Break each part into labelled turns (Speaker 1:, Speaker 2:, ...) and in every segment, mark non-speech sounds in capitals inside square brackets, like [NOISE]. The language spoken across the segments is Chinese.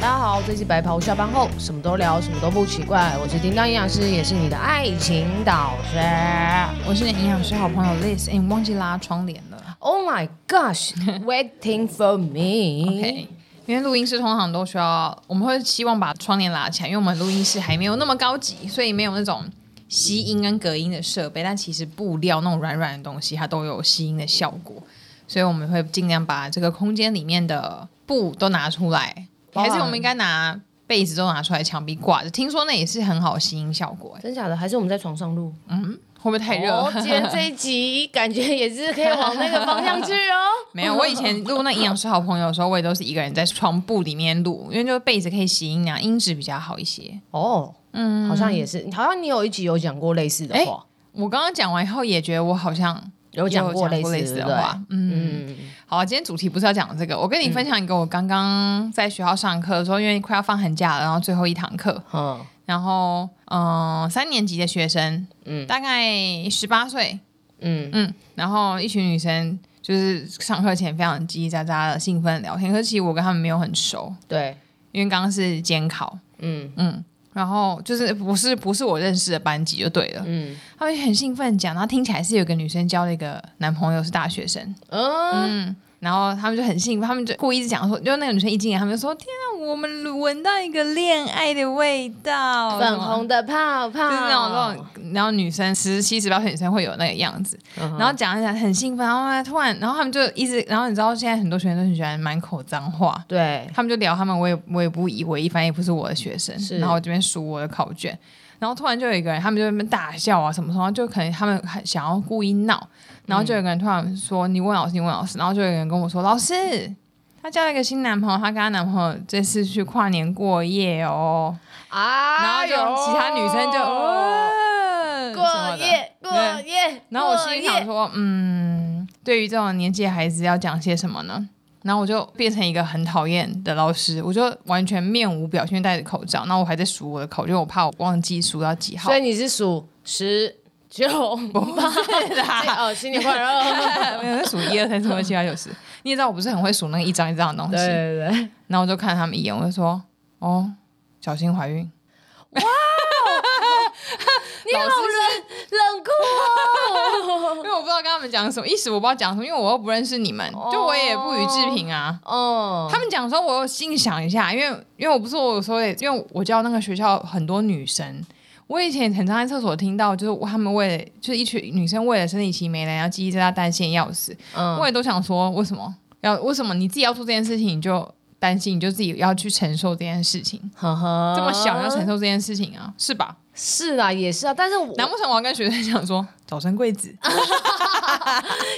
Speaker 1: 大家好，这期白袍下班后，什么都聊，什么都不奇怪。我是叮当营养师，也是你的爱情导师。
Speaker 2: 我是你的营养师好朋友 Liz，哎、你忘记拉窗帘了。
Speaker 1: Oh my gosh, waiting for me。
Speaker 2: OK，因为录音室通常都需要，我们会希望把窗帘拉起来，因为我们录音室还没有那么高级，所以没有那种吸音跟隔音的设备。但其实布料那种软软的东西，它都有吸音的效果，所以我们会尽量把这个空间里面的布都拿出来，
Speaker 1: 包
Speaker 2: 还
Speaker 1: 含
Speaker 2: 是我们应该拿被子都拿出来，墙壁挂着。听说那也是很好吸音效果、哎嗯
Speaker 1: 真假的？还是我们在床上录？
Speaker 2: 会不会太热？
Speaker 1: 哦，今天这一集感觉也是可以往那个方向去哦。
Speaker 2: [LAUGHS] 没有，我以前录那营养师好朋友的时候，我也都是一个人在床布里面录，因为就被子可以吸音啊，音质比较好一些。
Speaker 1: 哦，嗯，好像也是，好像你有一集有讲过类似的话，
Speaker 2: 我刚刚讲完以后，也觉得我好像
Speaker 1: 有讲过
Speaker 2: 过
Speaker 1: 类
Speaker 2: 类
Speaker 1: 似
Speaker 2: 似
Speaker 1: 的
Speaker 2: 的话。嗯，
Speaker 1: 嗯，
Speaker 2: 好，今天主题不是要讲这个，我跟你分享一个我刚刚在学校上课的时候，因为快要放寒假了，然后最后一堂课，
Speaker 1: 嗯，
Speaker 2: 然后嗯、呃三年级的学生，嗯，大概十八岁，
Speaker 1: 嗯
Speaker 2: 嗯，然后一群女生。就是上课前非常叽叽喳喳的兴奋地聊天，可是其实我跟他们没有很熟，
Speaker 1: 对，
Speaker 2: 因为刚刚是监考，
Speaker 1: 嗯
Speaker 2: 嗯，然后就是不是不是我认识的班级就对了，
Speaker 1: 嗯
Speaker 2: 他们很兴奋地讲，然后听起来是有个女生交了一个男朋友是大学生，
Speaker 1: 嗯，
Speaker 2: 嗯，然后他们就很兴奋，他们就故意一直讲说，就那个女生一进来，他们就说天啊，我们闻到一个恋爱的味
Speaker 1: [LAUGHS]
Speaker 2: 道，
Speaker 1: 粉红。的泡泡，
Speaker 2: 就是那种那种，然后女生十七、十八岁女生会有那个样子，
Speaker 1: 嗯哼
Speaker 2: 然后讲一讲很兴奋，然后突然，然后他们就一直，然后你知道现在很多学生都很喜欢满口脏话，
Speaker 1: 对，
Speaker 2: 他们就聊他们，我也我也不以为意，反正也不是我的学生
Speaker 1: 是。
Speaker 2: 然后我这边数我的考卷，然后突然就有一个人，他们就在那边大笑啊什么什么，就可能他们很想要故意闹，然后就有一个人突然说：“你问老师，你问老师。”然后就有一个人跟我说：“老师，她交了一个新男朋友，她跟她男朋友这次去跨年过夜哦。”然
Speaker 1: 啊
Speaker 2: 后就其他女生就、
Speaker 1: 哎
Speaker 2: 哦、什么
Speaker 1: 过
Speaker 2: 的
Speaker 1: 夜过
Speaker 2: 对
Speaker 1: 夜，
Speaker 2: 然后我心里想说，嗯，对于这种年纪的孩子要讲些什么呢？然后我就变成一个很讨厌的老师，我就完全面无表情，戴着口罩。然后我还在数我的口因为我怕我忘记数到几号 [LAUGHS]
Speaker 1: 所以。你是数十九八啦， [LAUGHS] 哦，新年快乐！
Speaker 2: 没有在数一二三四五六七八九十。你也知道我不是很会数那个一张一张的东
Speaker 1: [LAUGHS] 对
Speaker 2: 西。
Speaker 1: 对对，
Speaker 2: 然后我就看他们一眼，我就说：“哦，小心怀孕。” [LAUGHS]
Speaker 1: 你好冷冷酷哦。
Speaker 2: 因为我不知道跟他们讲什么，一时我不知道讲什么，因为我又不认识你们，就我也不予置评啊。
Speaker 1: [LAUGHS] 哦，
Speaker 2: 他们讲说，我有心想一下，因为因为我不是我有时候也，因为我教那个学校很多女生，我以前很常在厕所听到，就是他们为了就是一群女生为了生理期没来，然后叽叽喳喳担心得要死，
Speaker 1: 嗯
Speaker 2: 我也都想说为什么要为什么你自己要做这件事情你就担心，你就自己要去承受这件事情，
Speaker 1: 呵呵
Speaker 2: 这么小要承受这件事情啊，是吧？
Speaker 1: 是啦，也是啊，但是我
Speaker 2: 难不成我要跟学生讲说哦啊早生贵子？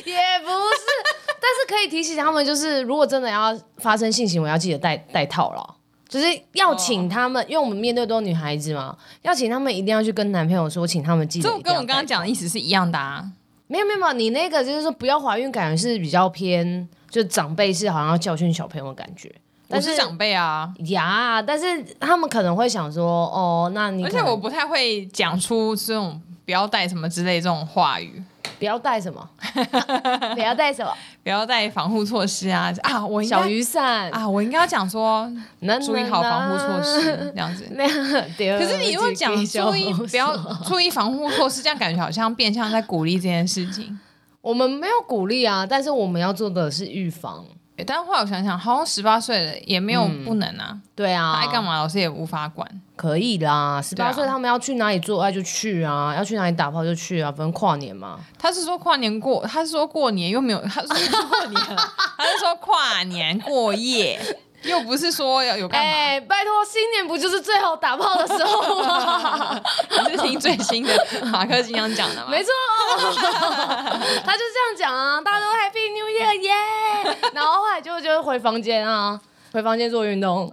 Speaker 1: 也不是， [LAUGHS] 但是可以提醒他们，就是如果真的要发生性行为，要记得戴戴套了。就是要请他们，因为我们面对都是女孩子嘛，要请他们一定要去跟男朋友说，请他们记得
Speaker 2: 这
Speaker 1: 一定要戴
Speaker 2: 跟
Speaker 1: 套。
Speaker 2: 我刚刚讲的意思是一样的啊。
Speaker 1: 没有没有，没有，你那个就是说不要怀孕，感觉是比较偏，就长辈是好像要教训小朋友的感觉。
Speaker 2: 我
Speaker 1: 但
Speaker 2: 是长辈啊，
Speaker 1: 呀，但是他们可能会想说，哦，那你
Speaker 2: 而
Speaker 1: 可
Speaker 2: 且
Speaker 1: 能
Speaker 2: 我不太会讲出这种不要带什么之类这种话语。
Speaker 1: 不要带什么， [LAUGHS] 不要带什么
Speaker 2: 不要带防护措施啊啊！ [LAUGHS] 我应
Speaker 1: 小
Speaker 2: 该
Speaker 1: 雨伞，
Speaker 2: 啊，我应该要讲说
Speaker 1: 能
Speaker 2: 注意好防护
Speaker 1: [LAUGHS]
Speaker 2: 措施。这样子。
Speaker 1: 那样 [LAUGHS] 对。啊
Speaker 2: 可是你又讲
Speaker 1: 几个
Speaker 2: 注意
Speaker 1: 小
Speaker 2: 不要注意防护措施，这样感觉好像变相在鼓励这件事情。
Speaker 1: 我们没有鼓励啊，但是我们要做的是预防。
Speaker 2: 诶但后来我想想，好像十八岁了也没有不能啊，
Speaker 1: 对啊，
Speaker 2: 他爱干？嘛老师也无法管。
Speaker 1: 可以啦，十
Speaker 2: 对
Speaker 1: 八
Speaker 2: 啊
Speaker 1: 岁他们要去哪里做爱就去啊，要去哪里打炮就去啊，反正跨年嘛。
Speaker 2: 他是说跨年过，他是说过年又没有，他说过年
Speaker 1: [LAUGHS]
Speaker 2: 了，他是说跨年过夜，又不是说要有干嘛。
Speaker 1: 哎、拜托，新年不就是最好打炮的时候 [LAUGHS] 吗？
Speaker 2: [LAUGHS] 你是听最新的马克经常讲的吗？
Speaker 1: 没错， [LAUGHS] 他就这样讲啊，大家都 Happy New Year 耶、然后后来就就回房间啊，回房间做运动，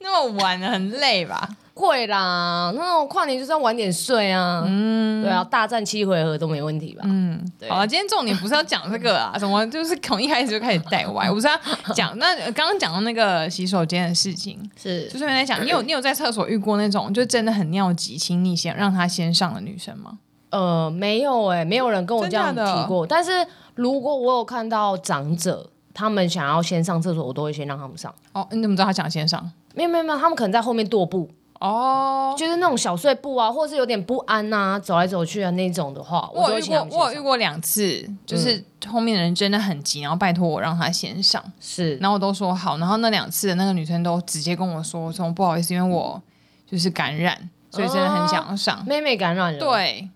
Speaker 2: 那么晚了很累吧？
Speaker 1: 会啦。那种跨年就是要晚点睡啊，嗯，对啊，大战七回合都没问题吧？
Speaker 2: 嗯，
Speaker 1: 对
Speaker 2: 好了，今天重点不是要讲这个啊， [LAUGHS] 怎么就是从一开始就开始带歪？我不是要讲 [LAUGHS] 那呃刚刚讲到那个洗手间的事情，
Speaker 1: 是
Speaker 2: 就是在讲你有你有在厕所遇过那种就真的很尿急，请你先让他先上的女生吗？
Speaker 1: 欸呃，没有哎、没有人跟我这样
Speaker 2: 真的假啊
Speaker 1: 提
Speaker 2: 的
Speaker 1: 过。但是如果我有看到长者，他们想要先上厕所，我都会先让他们上。
Speaker 2: 哦，你怎么知道他想先上？
Speaker 1: 没有没有没有，他们可能在后面踱步，
Speaker 2: 哦，
Speaker 1: 就是那种小碎步啊，或者是有点不安呐、走来走去啊那种的话，我
Speaker 2: 我
Speaker 1: 就
Speaker 2: 有
Speaker 1: 会
Speaker 2: 遇
Speaker 1: 请他
Speaker 2: 过，
Speaker 1: 们先
Speaker 2: 我有遇
Speaker 1: 上
Speaker 2: 过两次，就是后面的人真的很急，然后拜托我让他先上，
Speaker 1: 是
Speaker 2: 然后我都说好，然后那两次的那个女生都直接跟我说说不好意思，因为我就是感染，所以真的很想上。
Speaker 1: 妹妹感染了。，
Speaker 2: 对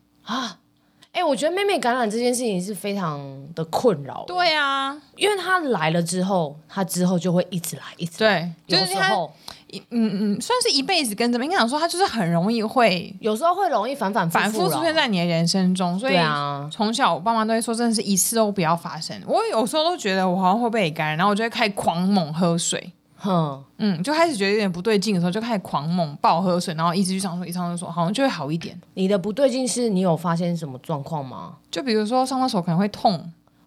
Speaker 1: 哎、我觉得妹妹感染这件事情是非常的困扰，，
Speaker 2: 对啊，
Speaker 1: 因为她来了之后，她之后就会一直来，一直来。
Speaker 2: 对，就
Speaker 1: 有
Speaker 2: 是
Speaker 1: 时
Speaker 2: 他
Speaker 1: 候，
Speaker 2: 嗯嗯，算是一辈子跟着吧。应该讲说他就是很容易会
Speaker 1: 有时候会容易反反复
Speaker 2: 反复
Speaker 1: 啦
Speaker 2: 出现在你的人生中，所以
Speaker 1: 对啊，
Speaker 2: 从小我爸妈都会说，真的是一次都不要发生。我有时候都觉得我好像会被感染，然后我就会开始狂猛喝水。
Speaker 1: 哼，
Speaker 2: 嗯，就开始觉得有点不对劲的时候，就开始狂猛暴喝水，然后一直去上厕所，一上厕所好像就会好一点。
Speaker 1: 你的不对劲是你有发现什么状况吗？
Speaker 2: 就比如说上厕所可能会痛，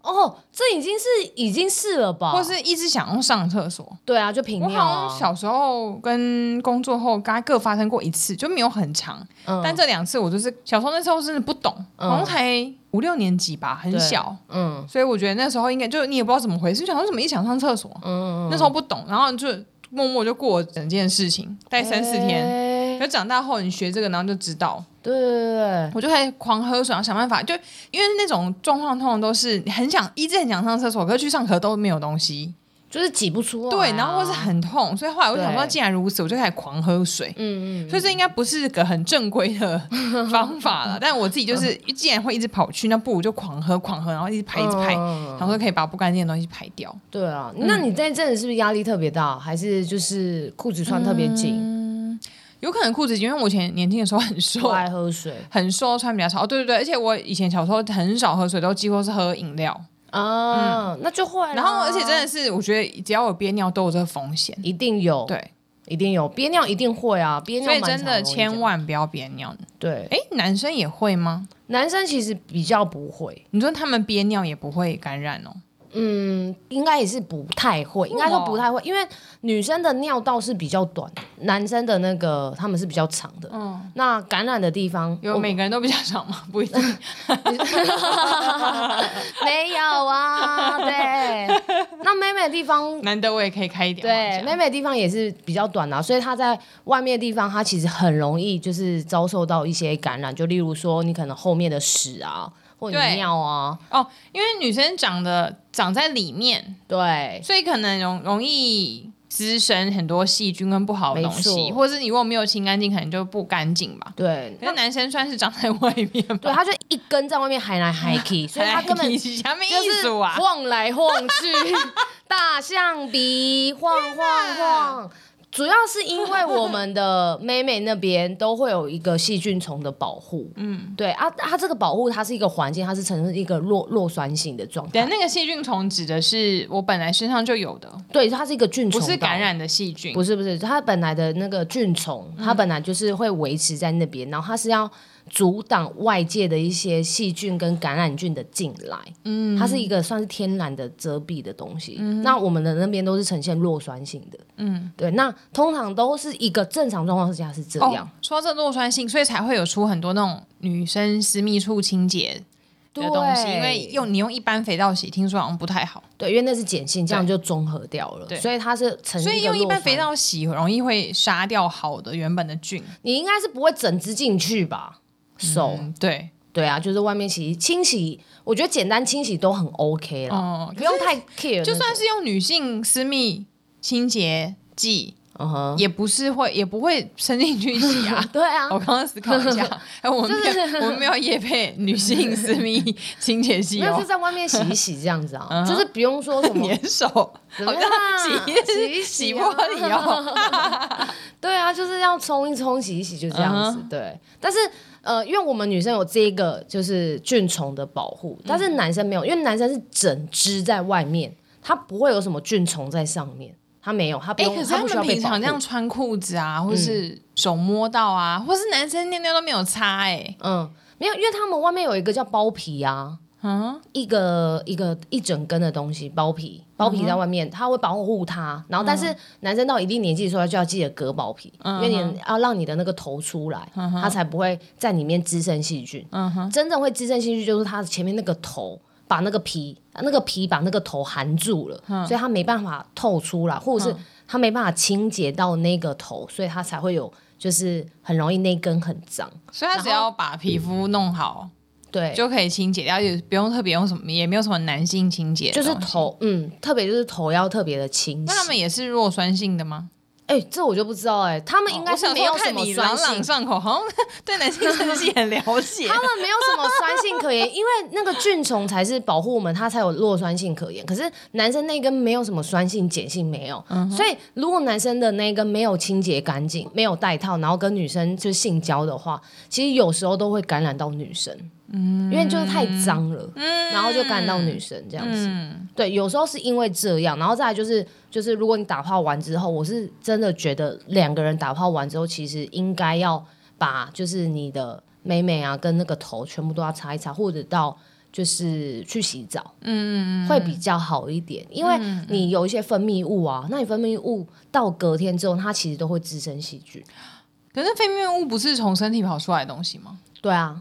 Speaker 1: 哦，这已经是已经是了吧？
Speaker 2: 或是一直想要上厕所。
Speaker 1: 对啊，就频
Speaker 2: 我
Speaker 1: 尿
Speaker 2: 好
Speaker 1: 啊
Speaker 2: 像。小时候跟工作后，刚各发生过一次，就没有很长。
Speaker 1: 嗯
Speaker 2: 但这两次我就是小时候那时候真的不懂，
Speaker 1: 嗯
Speaker 2: 好像才五六年级吧，很
Speaker 1: 对
Speaker 2: 小，
Speaker 1: 嗯
Speaker 2: 所以我觉得那时候应该就你也不知道怎么回事，就想说怎么一想上厕所，
Speaker 1: 嗯，
Speaker 2: 那时候不懂，然后就默默就过了整件事情，大概三四天。
Speaker 1: 哎
Speaker 2: 可长大后你学这个，然后就知道，
Speaker 1: 对对对对，
Speaker 2: 我就开始狂喝水，然后想办法，就因为那种状况通常都是很想一直很想上厕所，可是去上课都没有东西，
Speaker 1: 就是挤不出来啊。
Speaker 2: 对，然后或是很痛，所以后来我就想说，
Speaker 1: 对
Speaker 2: 既然如此，我就开始狂喝水。
Speaker 1: 嗯嗯，
Speaker 2: 所以这应该不是个很正规
Speaker 1: [LAUGHS]
Speaker 2: 的方法了，但我自己就是，
Speaker 1: 嗯
Speaker 2: 既然会一直跑去，那不如就狂喝狂喝，然后一直排一直排，
Speaker 1: 嗯
Speaker 2: 然后可以把不干净的东西排掉。
Speaker 1: 对啊，
Speaker 2: 嗯
Speaker 1: 那你那一阵子是不是压力特别大，还是就是裤子穿特别
Speaker 2: 嗯
Speaker 1: 紧，
Speaker 2: 有可能裤子紧，因为我以前年轻的时候很
Speaker 1: 不
Speaker 2: 瘦，
Speaker 1: 爱喝水
Speaker 2: [LAUGHS] 很瘦，穿比较少。哦，对对对，而且我以前小时候很少喝水，都几乎是喝饮料。
Speaker 1: 啊？那就会啦。
Speaker 2: 嗯然后，而且真的是，我觉得只要有憋尿都有这个风险。
Speaker 1: 一定有，
Speaker 2: 对，
Speaker 1: 一定有憋尿，一定会啊，憋尿
Speaker 2: 所以
Speaker 1: 哦蛮
Speaker 2: 真
Speaker 1: 常
Speaker 2: 的
Speaker 1: 容易
Speaker 2: 千
Speaker 1: 这样
Speaker 2: 万不要憋尿。
Speaker 1: 对。
Speaker 2: 哎，男生也会吗？
Speaker 1: 男生其实比较不会，
Speaker 2: 你说他们憋尿也不会感染哦？
Speaker 1: 嗯，应该也是不太会，应该说不太会，因为女生的尿道是比较短，男生的那个他们是比较长的。嗯，那感染的地方
Speaker 2: 有
Speaker 1: 我
Speaker 2: 每个人都比较少吗？不一定。
Speaker 1: [LAUGHS] 没有啊？对，那妹妹的地方。
Speaker 2: 难得我也可以开一点玩
Speaker 1: 对，
Speaker 2: 笑。
Speaker 1: 妹妹的地方也是比较短啦、啊所以她在外面的地方，她其实很容易就是遭受到一些感染，就例如说你可能后面的屎啊，或者
Speaker 2: 对
Speaker 1: 你尿啊，
Speaker 2: 哦，因为女生长得长在里面，
Speaker 1: 对，
Speaker 2: 所以可能容容易滋生很多细菌跟不好的东
Speaker 1: 没
Speaker 2: 西，
Speaker 1: 错
Speaker 2: 或者是你如果没有清干净，可能就不干净吧。
Speaker 1: 对，
Speaker 2: 那男生算是长在外面吧？
Speaker 1: 对，他就一根在外面海来海
Speaker 2: [LAUGHS]
Speaker 1: 去，所以他根本
Speaker 2: 你
Speaker 1: 就是
Speaker 2: 什么意
Speaker 1: 是
Speaker 2: 思啊？
Speaker 1: 晃来晃去，大象鼻晃晃晃。主要是因为我们的妹妹那边都会有一个细菌虫的保护，嗯，对啊，它这个保护它是一个环境，它是呈现一个弱弱酸性的状
Speaker 2: 对，
Speaker 1: 态，
Speaker 2: 那个细菌虫指的是我本来身上就有的，
Speaker 1: 对，它是一个菌虫，
Speaker 2: 不是感，染的细菌。
Speaker 1: 不是不是，它本来的那个菌虫，
Speaker 2: 嗯
Speaker 1: 它本来就是会维持在那边，然后它是要阻挡外界的一些细菌跟感染菌的进来，嗯，它是一个算是天然的遮蔽的东西。
Speaker 2: 嗯
Speaker 1: 那我们的那边都是呈现弱酸性的，嗯，对，那通常都是一个正常状况之下是这样
Speaker 2: 哦，，说到这弱酸性，所以才会有出很多那种女生私密处清洁的东西，因为用你用一般肥皂洗，听说好像不太好，
Speaker 1: 对，因为那是碱性，这样就中和掉了，
Speaker 2: 对
Speaker 1: 所以它是呈
Speaker 2: 所以用
Speaker 1: 个
Speaker 2: 一
Speaker 1: 弱
Speaker 2: 般肥
Speaker 1: 酸，
Speaker 2: 皂洗容易会杀掉好的原本的菌。
Speaker 1: 你应该是不会整只进去吧？手、
Speaker 2: 嗯，对，
Speaker 1: 对啊，就是外面洗清洗，我觉得简单清洗都很 OK 啦，
Speaker 2: 哦、
Speaker 1: 不用太 care 那种。
Speaker 2: 就算是用女性私密清洁剂，
Speaker 1: 嗯哼，。
Speaker 2: 也不是会，也不会伸进去洗啊
Speaker 1: [LAUGHS] 对啊
Speaker 2: 我，刚刚思考一下，
Speaker 1: [LAUGHS]
Speaker 2: 哎，我们没有，我们没有夜配女性私密清洁剂
Speaker 1: [LAUGHS] 没有就
Speaker 2: 哦。
Speaker 1: 在外面洗
Speaker 2: [LAUGHS]
Speaker 1: 一洗这样子啊，
Speaker 2: 嗯哼
Speaker 1: 就是不用说什么
Speaker 2: [LAUGHS] 你。的手好
Speaker 1: 怎么
Speaker 2: 像
Speaker 1: 样啊洗
Speaker 2: 洗 [LAUGHS]
Speaker 1: 一
Speaker 2: 洗
Speaker 1: 洗
Speaker 2: 玻
Speaker 1: 啊
Speaker 2: 璃哦，
Speaker 1: [LAUGHS]
Speaker 2: [LAUGHS]
Speaker 1: 对啊，就是要冲一冲、洗一洗，就这样子。
Speaker 2: 嗯
Speaker 1: 对，但是呃，因为我们女生有这个就是菌虫的保护，
Speaker 2: 嗯
Speaker 1: 但是男生没有，因为男生是整只在外面，他不会有什么菌虫在上面，他没有，他不
Speaker 2: 哎、
Speaker 1: 用，
Speaker 2: 可是
Speaker 1: 他
Speaker 2: 他
Speaker 1: 不需
Speaker 2: 们
Speaker 1: 要被
Speaker 2: 平
Speaker 1: 保
Speaker 2: 常这样
Speaker 1: 护。嗯
Speaker 2: 穿裤子啊，或是手摸到啊，或是男生尿尿都没有擦、哎，
Speaker 1: 嗯，没有，因为他们外面有一个叫包皮啊，
Speaker 2: 嗯，
Speaker 1: 一个一个一整根的东西，包皮，包皮在外面，它会保护它。然后，但是男生到一定年纪的时候，就要记得割包皮，因为你要让你的那个头出来，它才不会在里面滋生细菌。真正会滋生细菌就是它前面那个头。把那个皮，那个皮把那个头含住了，所以它没办法透出来，或者是它没办法清洁到那个头，所以它才会有就是很容易那根很脏。
Speaker 2: 所以它只要把皮肤弄好
Speaker 1: 对，
Speaker 2: 就可以清洁掉，也不用特别用什么，也没有什么男性清洁的
Speaker 1: 就
Speaker 2: 东西，
Speaker 1: 是头，嗯，特别就是头要特别的清
Speaker 2: 那
Speaker 1: 晰。
Speaker 2: 他们也是弱酸性的吗？
Speaker 1: 哎、这我就不知道哎、他们应该
Speaker 2: 哦我
Speaker 1: 是
Speaker 2: 想
Speaker 1: 没有
Speaker 2: 说
Speaker 1: 什
Speaker 2: 看
Speaker 1: 么
Speaker 2: 你
Speaker 1: 酸
Speaker 2: 朗
Speaker 1: 性
Speaker 2: 朗，上口，好像对男性生气很了
Speaker 1: [LAUGHS]
Speaker 2: 解。
Speaker 1: 他们没有什么酸性可言，因为那个菌虫才是保护我们，它才有弱酸性可言。可是男生那根没有什么酸性、碱性没有，所以如果男生的那根没有清洁干净、没有带套，然后跟女生就性交的话，其实有时候都会感染到女生，嗯，因为就是太脏了，然后就感染到女生这样子。对，有时候是因为这样，然后再来就是就是，如果你打炮完之后，我是真的觉得两个人打炮完之后，其实应该要把就是你的妹妹啊跟那个头全部都要擦一擦，或者到就是去洗澡，嗯，会比较好一点，因为你有一些分泌物啊，那你分泌物到隔天之后，它其实都会滋生细菌，
Speaker 2: 可是飞面物不是从身体跑出来的东西吗？
Speaker 1: 对啊，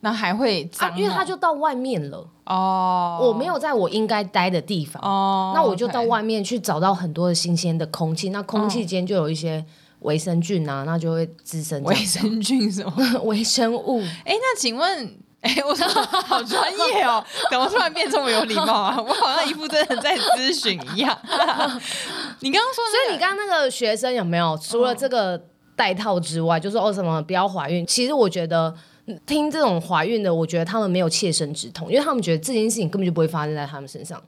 Speaker 2: 那还会脏哦、
Speaker 1: 啊，因为它就到外面了，
Speaker 2: 哦，
Speaker 1: 我没有在我应该待的地方，
Speaker 2: 哦，
Speaker 1: 那我就到
Speaker 2: OK
Speaker 1: 外面去找到很多的新鲜的空气，那空气间就有一些微生菌啊，那就会滋生这
Speaker 2: 卫
Speaker 1: 样子
Speaker 2: [LAUGHS] 生菌什么？
Speaker 1: 微生物。
Speaker 2: 哎、那请问，哎、我好专业哦，怎么突然变这么有礼貌啊？我好像一副真的在咨询一样。 [LAUGHS] 你刚刚说
Speaker 1: 所
Speaker 2: 那
Speaker 1: 以
Speaker 2: 个，
Speaker 1: 你刚刚那个学生有没有除了这个带套之外，就说哦什么不要怀孕？其实我觉得。嗯听这种怀孕的，我觉得他们没有切身之痛，因为他们觉得这件事情根本就不会发生在他们身上，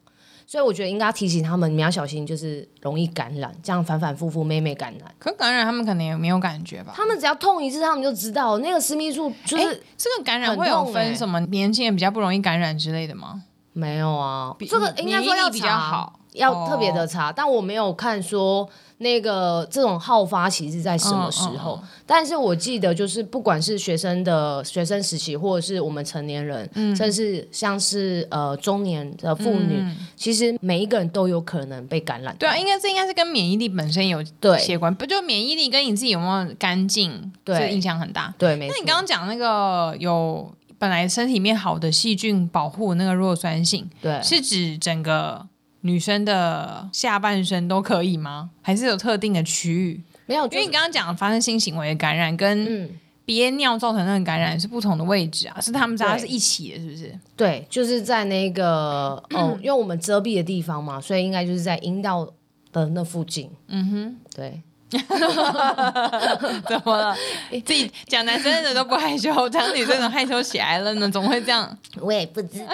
Speaker 1: 所以我觉得应该提醒他们，你们要小心，就是容易感染，这样反反复复，妹妹感染。
Speaker 2: 可感染他们可能也没有感觉吧？
Speaker 1: 他们只要痛一次，他们就知道那个私密处就
Speaker 2: 哎、
Speaker 1: 是、
Speaker 2: 这个感染
Speaker 1: 很
Speaker 2: 会有
Speaker 1: 痛
Speaker 2: 分
Speaker 1: 欸
Speaker 2: 什么年轻人比较不容易感染之类的吗？
Speaker 1: 没有啊，
Speaker 2: 比
Speaker 1: 这个
Speaker 2: 你
Speaker 1: 应该说要
Speaker 2: 免疫力比较
Speaker 1: 查
Speaker 2: 好哦
Speaker 1: 要特别的查，但我没有看说那个这种好发期是在什么时
Speaker 2: 嗯
Speaker 1: 候。但是我记得就是不管是学生的学生时期，或者是我们成年人，
Speaker 2: 嗯
Speaker 1: 甚至像是呃中年的妇女，其实每一个人都有可能被感染。
Speaker 2: 嗯对啊，应该这应该是跟免疫力本身有
Speaker 1: 对
Speaker 2: 相关，不就免疫力跟你自己有没有干净，
Speaker 1: 对
Speaker 2: 这影响很大。
Speaker 1: 对，没
Speaker 2: 那
Speaker 1: 错。
Speaker 2: 你刚刚讲那个有本来身体里面好的细菌保护那个弱酸性，
Speaker 1: 对
Speaker 2: 是指整个女生的下半身都可以吗？还是有特定的区域？
Speaker 1: 没有，就
Speaker 2: 因为你
Speaker 1: 是
Speaker 2: 刚刚讲发生性行为的感染跟
Speaker 1: 嗯，
Speaker 2: 憋尿造成那个感染是不同的位置啊，是他们大家
Speaker 1: 对
Speaker 2: 是一起的，是不是？
Speaker 1: 对，就是在那个
Speaker 2: 嗯
Speaker 1: 哦，因为我们遮蔽的地方嘛，所以应该就是在阴道的那附近。嗯哼，对。
Speaker 2: 怎么了？呃自己讲男生的都不害羞，讲女生的害羞起来了呢？怎么会这样？
Speaker 1: [LAUGHS] 我也不知道。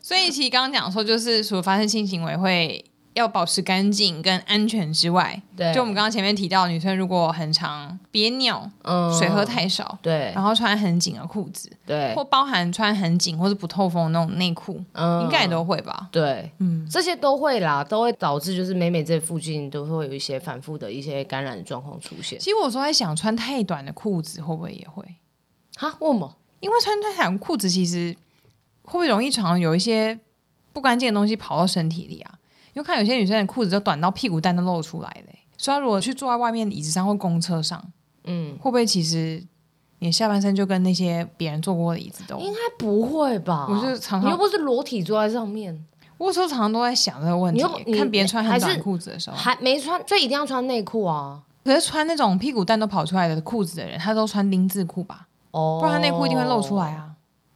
Speaker 2: 所以其实刚刚讲说，就是除了发生性行为会要保持干净跟安全之外，
Speaker 1: 对，
Speaker 2: 就我们刚刚前面提到，女生如果很常憋尿、
Speaker 1: 嗯
Speaker 2: 水喝太哦少，
Speaker 1: 对
Speaker 2: 然后穿很紧的裤子，
Speaker 1: 对
Speaker 2: 或，包含穿很紧或是不透风的那种内裤，
Speaker 1: 嗯
Speaker 2: 应该也都会吧。
Speaker 1: 对，
Speaker 2: 嗯
Speaker 1: 嗯，这些都会啦，都会导致就是每每这附近都会有一些反复的一些感染状况出现。
Speaker 2: 其实我有时候在想，穿太短的裤子会不会也会？
Speaker 1: 哈，为什么？
Speaker 2: 因为穿太短的裤子其实会不会容易常有一些不干净的东西跑到身体里啊？因为看有些女生的裤子都短到屁股蛋都露出来嘞、所以她如果去坐在外面的椅子上或公车上，
Speaker 1: 嗯，
Speaker 2: 会不会其实你的下半身就跟那些别人坐过的椅子都
Speaker 1: 应该不会吧？
Speaker 2: 我就常常
Speaker 1: 你又不是裸体坐在上面，
Speaker 2: 我有时候常常都在想这个问
Speaker 1: 你
Speaker 2: 题
Speaker 1: 又，你
Speaker 2: 看别人穿很
Speaker 1: 还是
Speaker 2: 短裤子的时候，
Speaker 1: 还没穿，所以一定要穿内裤啊。
Speaker 2: 可是穿那种屁股蛋都跑出来的裤子的人，他都穿丁字裤吧？
Speaker 1: 哦，
Speaker 2: 不然他内裤一定会露出来。嗯啊。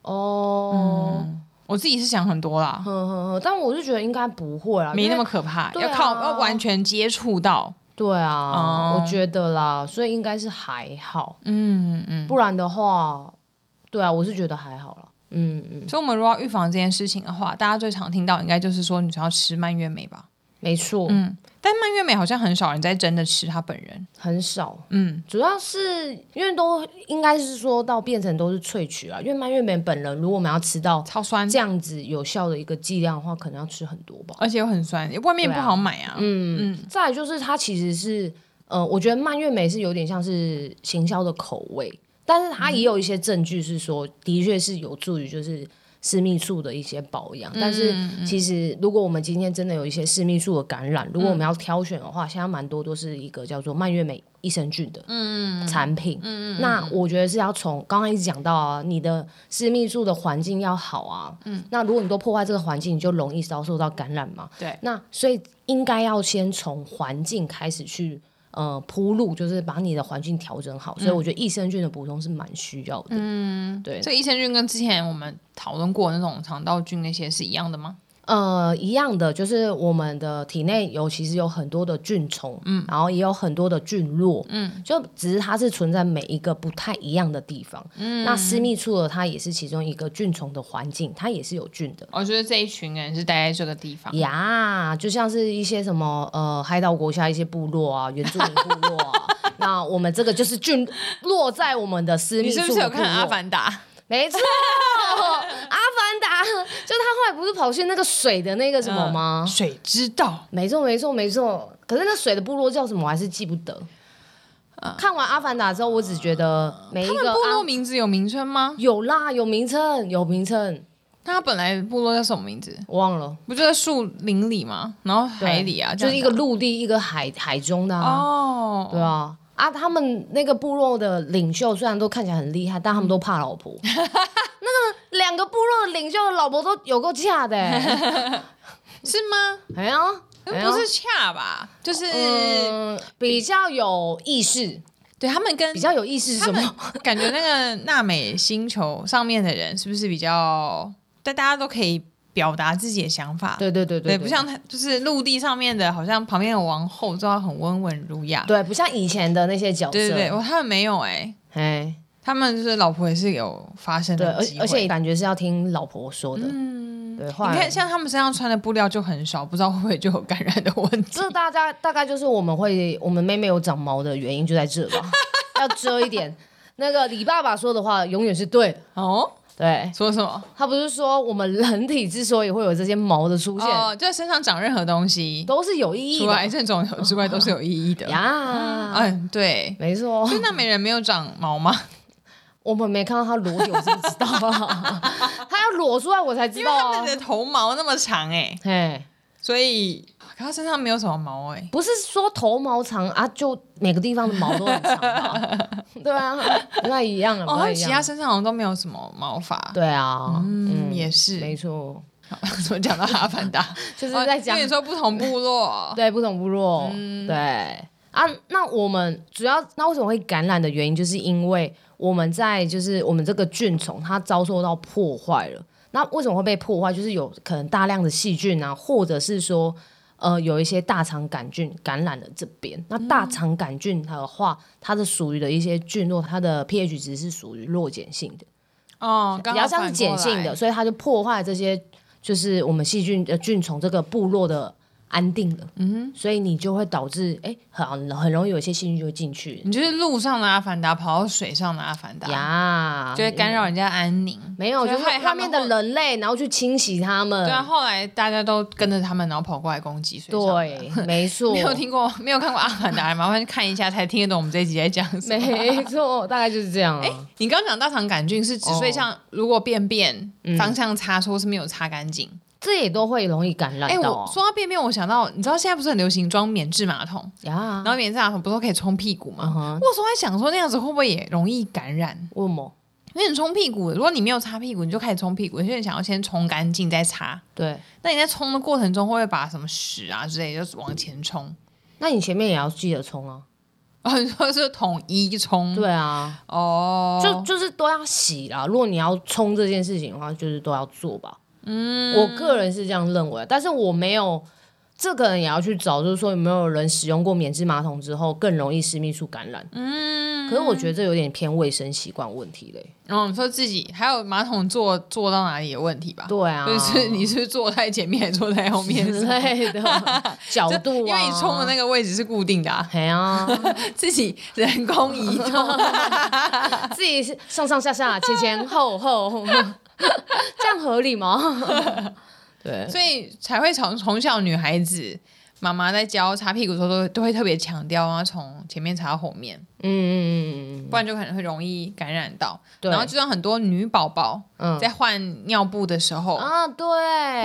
Speaker 1: 哦，
Speaker 2: 我自己是想很多啦，
Speaker 1: 呵呵呵，但我是觉得应该不会啦，
Speaker 2: 没
Speaker 1: 因为
Speaker 2: 那么可怕，
Speaker 1: 对啊
Speaker 2: 要靠要完全接触到。
Speaker 1: 对啊，
Speaker 2: 哦
Speaker 1: 我觉得啦，所以应该是还好。嗯嗯，不然的话，对啊，我是觉得还好啦。嗯嗯，
Speaker 2: 所以，我们如果要预防这件事情的话，大家最常听到应该就是说，女生要吃蔓越莓吧？
Speaker 1: 没错，
Speaker 2: 但蔓越莓好像很少人在真的吃它本人。
Speaker 1: 很少。
Speaker 2: 嗯，
Speaker 1: 主要是因为都应该是说到变成都是萃取啊，因为蔓越莓本人，如果我们要吃到
Speaker 2: 超酸，
Speaker 1: 这样子有效的一个剂量的话，可能要吃很多吧。
Speaker 2: 而且又很酸，外面也不好买啊。嗯，
Speaker 1: 再来就是它其实是，呃，我觉得蔓越莓是有点像是行销的口味，但是它也有一些证据是说，的确是有助于就是私密处的一些保养。但是其实如果我们今天真的有一些私密处的感染，如果我们要挑选的话，现在蛮多都是一个叫做蔓越莓益生菌的产品。那我觉得是要从刚刚一直讲到啊，你的私密处的环境要好啊。那如果你都破坏这个环境，你就容易遭受到感染嘛。
Speaker 2: 对
Speaker 1: 那所以应该要先从环境开始去呃铺路，就是把你的环境调整好。所以我觉得益生菌的补充是蛮需要的。嗯，对，
Speaker 2: 这个益生菌跟之前我们讨论过的那种肠道菌那些是一样的吗？
Speaker 1: 呃，一样的，就是我们的体内有其实有很多的菌虫，嗯，然后也有很多的菌落，嗯，就只是它是存在每一个不太一样的地方。嗯，那私密处的它也是其中一个菌虫的环境，它也是有菌的。
Speaker 2: 我觉得这一群人是待在这个地方，
Speaker 1: 呀就像是一些什么呃海岛国家一些部落啊，原住民部落啊，
Speaker 2: [LAUGHS]
Speaker 1: 那我们这个就是菌落在我们的私密
Speaker 2: 你
Speaker 1: 处的
Speaker 2: 是不是有
Speaker 1: 部
Speaker 2: 看《
Speaker 1: 落
Speaker 2: 阿？凡达》？
Speaker 1: 没
Speaker 2: [LAUGHS]
Speaker 1: 错，阿凡达，就他后来不是跑去那个水的那个什
Speaker 2: 嗯
Speaker 1: 么吗？
Speaker 2: 水之道，
Speaker 1: 没错，没错，没错。可是那水的部落叫什么，我还是记不得。看完《阿凡达》之后，我只觉得每一
Speaker 2: 嗯他
Speaker 1: 个
Speaker 2: 们部落
Speaker 1: 阿
Speaker 2: 名字有名称吗？
Speaker 1: 有啦，有名称，有名称，
Speaker 2: 他本来部落叫什么名字？
Speaker 1: 我忘了。
Speaker 2: 不就在树林里吗？然后
Speaker 1: 对
Speaker 2: 海里啊，
Speaker 1: 就是
Speaker 2: 这
Speaker 1: 一
Speaker 2: 样
Speaker 1: 个
Speaker 2: 的
Speaker 1: 陆地，一个海海中的啊。
Speaker 2: 哦，
Speaker 1: 对啊，啊，他们那个部落的领袖虽然都看起来很厉害，但他们都怕老
Speaker 2: [LAUGHS]
Speaker 1: 婆。那个两个部落的领袖的老婆都有够恰的、
Speaker 2: [LAUGHS]
Speaker 1: 欸，
Speaker 2: 是吗？
Speaker 1: 哎呀，哎呀
Speaker 2: 不是恰吧？就是、
Speaker 1: 嗯，比较有意识，
Speaker 2: 对他们跟
Speaker 1: 比较有意识是什么？
Speaker 2: 感觉那个纳美星球上面的人是不是比较？但大家都可以表达自己的想法，
Speaker 1: [LAUGHS] 对对对
Speaker 2: 对
Speaker 1: 对，
Speaker 2: 不像他就是陆地上面的，好像旁边的王后都要很温文儒雅。
Speaker 1: 对，不像以前的那些角色，
Speaker 2: 对对对，我他们没有哎、
Speaker 1: 哎，
Speaker 2: 他们就是老婆也是有发生
Speaker 1: 对，
Speaker 2: 的
Speaker 1: 而
Speaker 2: 机会
Speaker 1: 而且感觉是要听老婆说的，嗯，对，后
Speaker 2: 你
Speaker 1: 来
Speaker 2: 看，像他们身上穿的布料就很少，不知道会不会就有感染的问 [LAUGHS] 题。
Speaker 1: 这大家大概就是我们会我们妹妹有长毛的原因就在这
Speaker 2: [LAUGHS]
Speaker 1: 吧，要遮一点。那个李爸爸说的话永远是对的，
Speaker 2: 哦，
Speaker 1: 对
Speaker 2: 说什么？
Speaker 1: 他不是说我们人体之所以会有这些毛的出现，
Speaker 2: 哦，就身上长任何东西，
Speaker 1: 都是有意义
Speaker 2: 除了癌
Speaker 1: 的
Speaker 2: 症、肿瘤之外，都是有意 [LAUGHS] 义的。
Speaker 1: 呀。
Speaker 2: 嗯，对。
Speaker 1: 没错，
Speaker 2: 所以那美人没有长毛 [LAUGHS] 吗？
Speaker 1: 我们没看到他裸体，我是不知道 [LAUGHS] 啊。他要裸出来，我才知
Speaker 2: 因为
Speaker 1: 道
Speaker 2: 他
Speaker 1: 啊
Speaker 2: 们。的头毛那么长哎、
Speaker 1: 嘿，
Speaker 2: 所以可他身上没有什么毛哎、
Speaker 1: 不是说头毛长啊，就每个地方的毛都很长啊。 [LAUGHS] 对啊，不太一样了，啊
Speaker 2: 哦，
Speaker 1: 不
Speaker 2: 他
Speaker 1: 太
Speaker 2: 们
Speaker 1: 一
Speaker 2: 其他
Speaker 1: 样。
Speaker 2: 身上好像都没有什么毛发。
Speaker 1: 对啊，
Speaker 2: 嗯，也
Speaker 1: 没
Speaker 2: [LAUGHS] 是。
Speaker 1: 错，
Speaker 2: 怎么讲到阿凡 [LAUGHS] 达？
Speaker 1: 就是
Speaker 2: 哦
Speaker 1: 在讲
Speaker 2: 因为你说不同部落，
Speaker 1: 对，不同部落，对啊。那我们主要那为什么会感染的原因，就是因为我们在就是我们这个菌虫它遭受到破坏了。那为什么会被破坏？就是有可能大量的细菌啊，或者是说呃有一些大肠杆菌感染了这边。那大肠杆菌它的话，它的属于的一些菌落，它的 pH 值是属于弱碱性的，
Speaker 2: 哦，刚
Speaker 1: 比
Speaker 2: 好
Speaker 1: 较像是碱性
Speaker 2: 反过
Speaker 1: 的，
Speaker 2: 来，
Speaker 1: 所以它就破坏这些就是我们细菌的菌虫这个部落的安定了。嗯，所以你就会导致哎、很很容易有一些细菌就会进去
Speaker 2: 你就是路上的阿凡达跑到水上的阿凡达，
Speaker 1: 呀，
Speaker 2: 啊
Speaker 1: 嗯
Speaker 2: 就会干扰人家安宁。
Speaker 1: 没有，
Speaker 2: 所以
Speaker 1: 就是
Speaker 2: 害他
Speaker 1: 外
Speaker 2: 们
Speaker 1: 面
Speaker 2: 后
Speaker 1: 的人类，然后去清洗他们
Speaker 2: 对。啊，后来大家都跟着他们，然后跑过来攻击水上的。
Speaker 1: 对， [LAUGHS] 没错，
Speaker 2: 没有听过，没有看过《阿凡达》，麻烦去看一下，才听得懂我们这一集在讲什么。
Speaker 1: 没
Speaker 2: [LAUGHS]
Speaker 1: 错，大概就是这样、啊。
Speaker 2: 你刚刚讲大肠杆菌是指，
Speaker 1: 哦嗯
Speaker 2: 所以像如果便便方向擦错是没有擦干净。
Speaker 1: 这也都会容易感染
Speaker 2: 哎，
Speaker 1: 到
Speaker 2: 我
Speaker 1: 啊
Speaker 2: 说到便便，我想到，你知道现在不是很流行装免治马桶，
Speaker 1: 呀。
Speaker 2: 然后免治马桶不是都可以冲屁股吗
Speaker 1: 嗯？哼
Speaker 2: 我有时候在想说，那样子会不会也容易感染？
Speaker 1: 为什么？
Speaker 2: 因为你冲屁股，如果你没有擦屁股，你就开始冲屁股，有些人想要先冲干净再擦。
Speaker 1: 对，
Speaker 2: 那你在冲的过程中，会不会把什么屎啊之类的，就是往前冲？ [LAUGHS]
Speaker 1: 那你前面也要记得冲啊。
Speaker 2: 哦，你说是统一冲？
Speaker 1: 对啊，
Speaker 2: 哦，
Speaker 1: 就就是都要洗啦。如果你要冲这件事情的话，就是都要做吧。嗯，我个人是这样认为啊，但是我没有这个人也要去找，就是说有没有人使用过免治马桶之后更容易私密处感染。嗯，可是我觉得这有点偏卫生习惯问题嘞。
Speaker 2: 然后你说自己还有马桶坐坐到哪里的问题吧？
Speaker 1: 对啊，
Speaker 2: [LAUGHS] 就是你是坐太前面还是坐太后面？
Speaker 1: 之类
Speaker 2: [LAUGHS]
Speaker 1: 的角
Speaker 2: 就
Speaker 1: 度啊，
Speaker 2: 因为你冲的那个位置是固定的、啊，
Speaker 1: 嘿啊，
Speaker 2: 自己人工移
Speaker 1: [LAUGHS]
Speaker 2: 动。
Speaker 1: 自己是上上下下、前前后后，这样合理吗？对， [LAUGHS]
Speaker 2: 所以才会从从小女孩子妈妈在教擦屁股的时候都都会特别强调要从前面擦到后面，
Speaker 1: 嗯嗯嗯嗯
Speaker 2: 不然就可能会容易感染到。
Speaker 1: 对
Speaker 2: 然后就像很多女宝宝
Speaker 1: 嗯
Speaker 2: 在换尿布的时候
Speaker 1: 嗯，啊，对，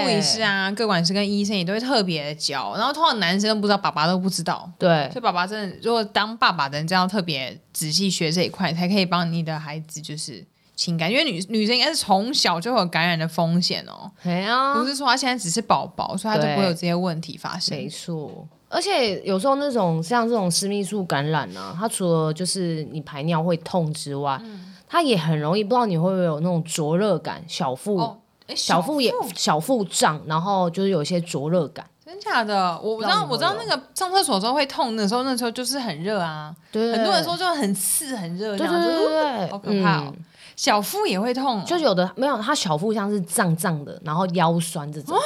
Speaker 2: 护理师啊、各管师跟医生也都会特别的教。然后通常男生都不知道，爸爸都不知道。
Speaker 1: 对
Speaker 2: 所以爸爸真的，如果当爸爸的人，真的要特别仔细学这一块，才可以帮你的孩子就是情感，因为女女生应该是从小就有感染的风险哦，
Speaker 1: 哎呀，
Speaker 2: 不是说她现在只是宝宝，所以她就
Speaker 1: 对
Speaker 2: 不会有这些问题发
Speaker 1: 没
Speaker 2: 生。
Speaker 1: 错。而且有时候那种像这种私密处感染呢、它除了就是你排尿会痛之外，
Speaker 2: 嗯
Speaker 1: 它也很容易不知道你会不会有那种灼热感，小腹、
Speaker 2: 哦，诶
Speaker 1: 小腹也小腹胀，然后就是有一些灼热感。
Speaker 2: 真假的，我我知
Speaker 1: 让你
Speaker 2: 道
Speaker 1: 会
Speaker 2: 我知道
Speaker 1: 有
Speaker 2: 那个上厕所的时候会痛的时候，那时候就是很热啊，
Speaker 1: 对，
Speaker 2: 很多人说就很刺很热这
Speaker 1: 对
Speaker 2: 样
Speaker 1: 对对
Speaker 2: 子，
Speaker 1: 对对，
Speaker 2: 好可怕哦
Speaker 1: 嗯。
Speaker 2: 小腹也会痛哦、
Speaker 1: 就有的没有，他小腹像是胀胀的，然后腰酸这种。
Speaker 2: 哦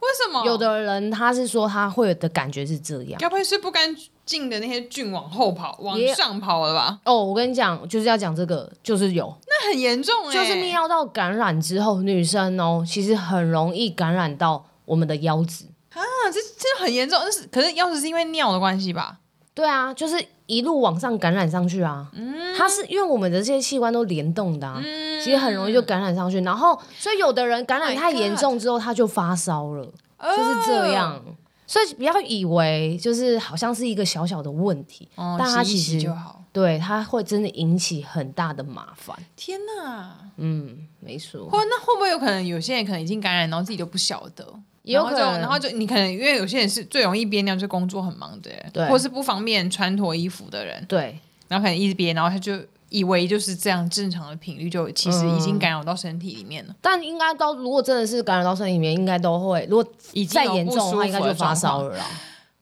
Speaker 2: 为什么
Speaker 1: 有？的人他是说他会有的感觉是这样。
Speaker 2: 该不会是不干净的那些菌往后跑，往
Speaker 1: 也
Speaker 2: 上跑了吧？
Speaker 1: 哦，我跟你讲，就是要讲这个，就是有，
Speaker 2: 那很严重哎、
Speaker 1: 就是尿道感染之后，女生哦，其实很容易感染到我们的腰子。
Speaker 2: 啊，这这很严重，但是可是要是是因为尿的关系吧？
Speaker 1: 对啊，就是一路往上感染上去啊。
Speaker 2: 嗯
Speaker 1: 它是因为我们的这些器官都联动的啊，其实很容易就感染上去。然后，所以有的人感染
Speaker 2: Oh my
Speaker 1: 太严重之后，他就发烧了，就是这样。
Speaker 2: 哦
Speaker 1: 所以不要以为就是好像是一个小小的问题，
Speaker 2: 哦，
Speaker 1: 但它
Speaker 2: 洗一
Speaker 1: 其
Speaker 2: 洗
Speaker 1: 实
Speaker 2: 就好。
Speaker 1: 对它会真的引起很大的麻烦。
Speaker 2: 天哪，
Speaker 1: 嗯，没错，
Speaker 2: 或那会不会有可能有些人可能已经感染，然后自己都不晓得？
Speaker 1: 也有
Speaker 2: 然后
Speaker 1: 可
Speaker 2: 就
Speaker 1: 能
Speaker 2: 然后就你可能因为有些人是最容易憋尿，就工作很忙的人，
Speaker 1: 对
Speaker 2: 或是不方便穿脱衣服的人，
Speaker 1: 对
Speaker 2: 然后可能一直憋，然后他就以为就是这样正常的频率，就其实已
Speaker 1: 嗯
Speaker 2: 经感染到身体里面了，
Speaker 1: 但应该都如果真的是感染到身体里面，应该都会。如果
Speaker 2: 已经
Speaker 1: 再
Speaker 2: 有
Speaker 1: 严
Speaker 2: 不
Speaker 1: 重
Speaker 2: 舒
Speaker 1: 的
Speaker 2: 服
Speaker 1: 话，应该就发烧
Speaker 2: 了。
Speaker 1: 了啦。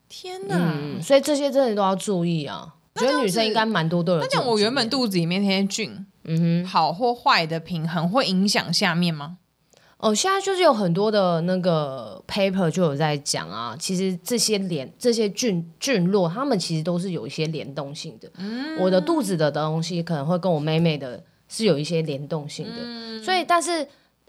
Speaker 2: 天哪！
Speaker 1: 嗯，所以这些真的都要注意啊。我觉得女生应该蛮多都有
Speaker 2: 那
Speaker 1: 这
Speaker 2: 这
Speaker 1: 种经验。
Speaker 2: 样，我原本肚子里面那些菌，嗯哼，好或坏的平衡会影响下面吗？
Speaker 1: 哦，现在就是有很多的那个 paper 就有在讲啊，其实这些联这些菌菌落，它们其实都是有一些联动性的。我的肚子的东西可能会跟我妹妹的是有一些联动性的，所以但是。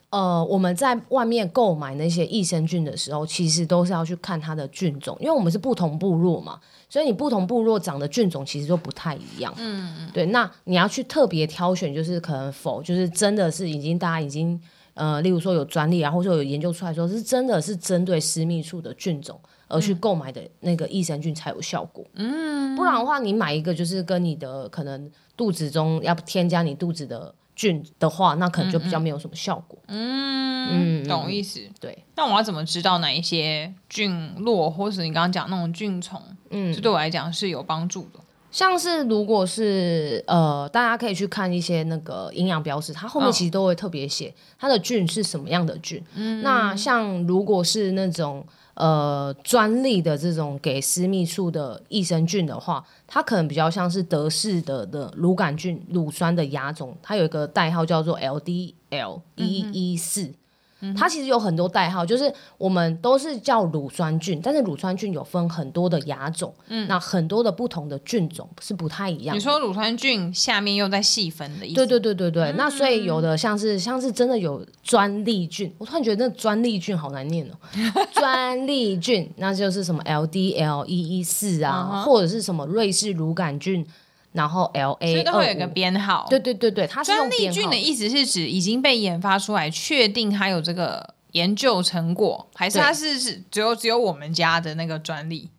Speaker 1: 呃，我们在外面购买那些益生菌的时候，其实都是要去看它的菌种，因为我们是不同部落嘛，所以你不同部落长的菌种其实都不太一样。嗯，对，那你要去特别挑选，就是可能否就是真的是已经大家已经呃，例如说有专利啊，或者说有研究出来说是真的是针对私密处的菌种而去购买的那个益生菌才有效果。嗯，不然的话，你买一个就是跟你的可能肚子中要添加你肚子的菌的话，那可能就比较没有什么效果。
Speaker 2: 嗯，懂意思。
Speaker 1: 对，
Speaker 2: 那我要怎么知道哪一些菌落，或是你刚刚讲那种菌虫，嗯，是对我来讲是有帮助的？
Speaker 1: 像是如果是呃，大家可以去看一些那个营养标识，它后面
Speaker 2: 嗯
Speaker 1: 其实都会特别写它的菌是什么样的菌。
Speaker 2: 嗯
Speaker 1: 那像如果是那种呃专利的这种给私密处的益生菌的话，它可能比较像是德式的的乳杆菌乳酸的亚种，它有一个代号叫做 LDL
Speaker 2: 嗯
Speaker 1: 一一 E 四。它其实有很多代号，就是我们都是叫乳酸菌，但是乳酸菌有分很多的亚种，那很多的不同的菌种是不太一样
Speaker 2: 嗯你
Speaker 1: 的。
Speaker 2: 说乳酸菌下面又在细分的意思？
Speaker 1: 嗯对对对对
Speaker 2: 嗯
Speaker 1: 对，那所以有的像是像是真的有专利菌，我突然觉得那专利菌好难念哦，
Speaker 2: [LAUGHS]
Speaker 1: 专利菌，那就是什么 LDL 一一四啊
Speaker 2: 嗯
Speaker 1: 或者是什么瑞士乳杆菌，然后 LA
Speaker 2: 所以都会有一个
Speaker 1: 25
Speaker 2: 编号。
Speaker 1: 对，对对对，它是用
Speaker 2: 专利
Speaker 1: 编
Speaker 2: 菌
Speaker 1: 号
Speaker 2: 的意思是指已经被研发出来，确定它有这个研究成果，还是
Speaker 1: 对
Speaker 2: 它是是只有只有我们家的那个专利？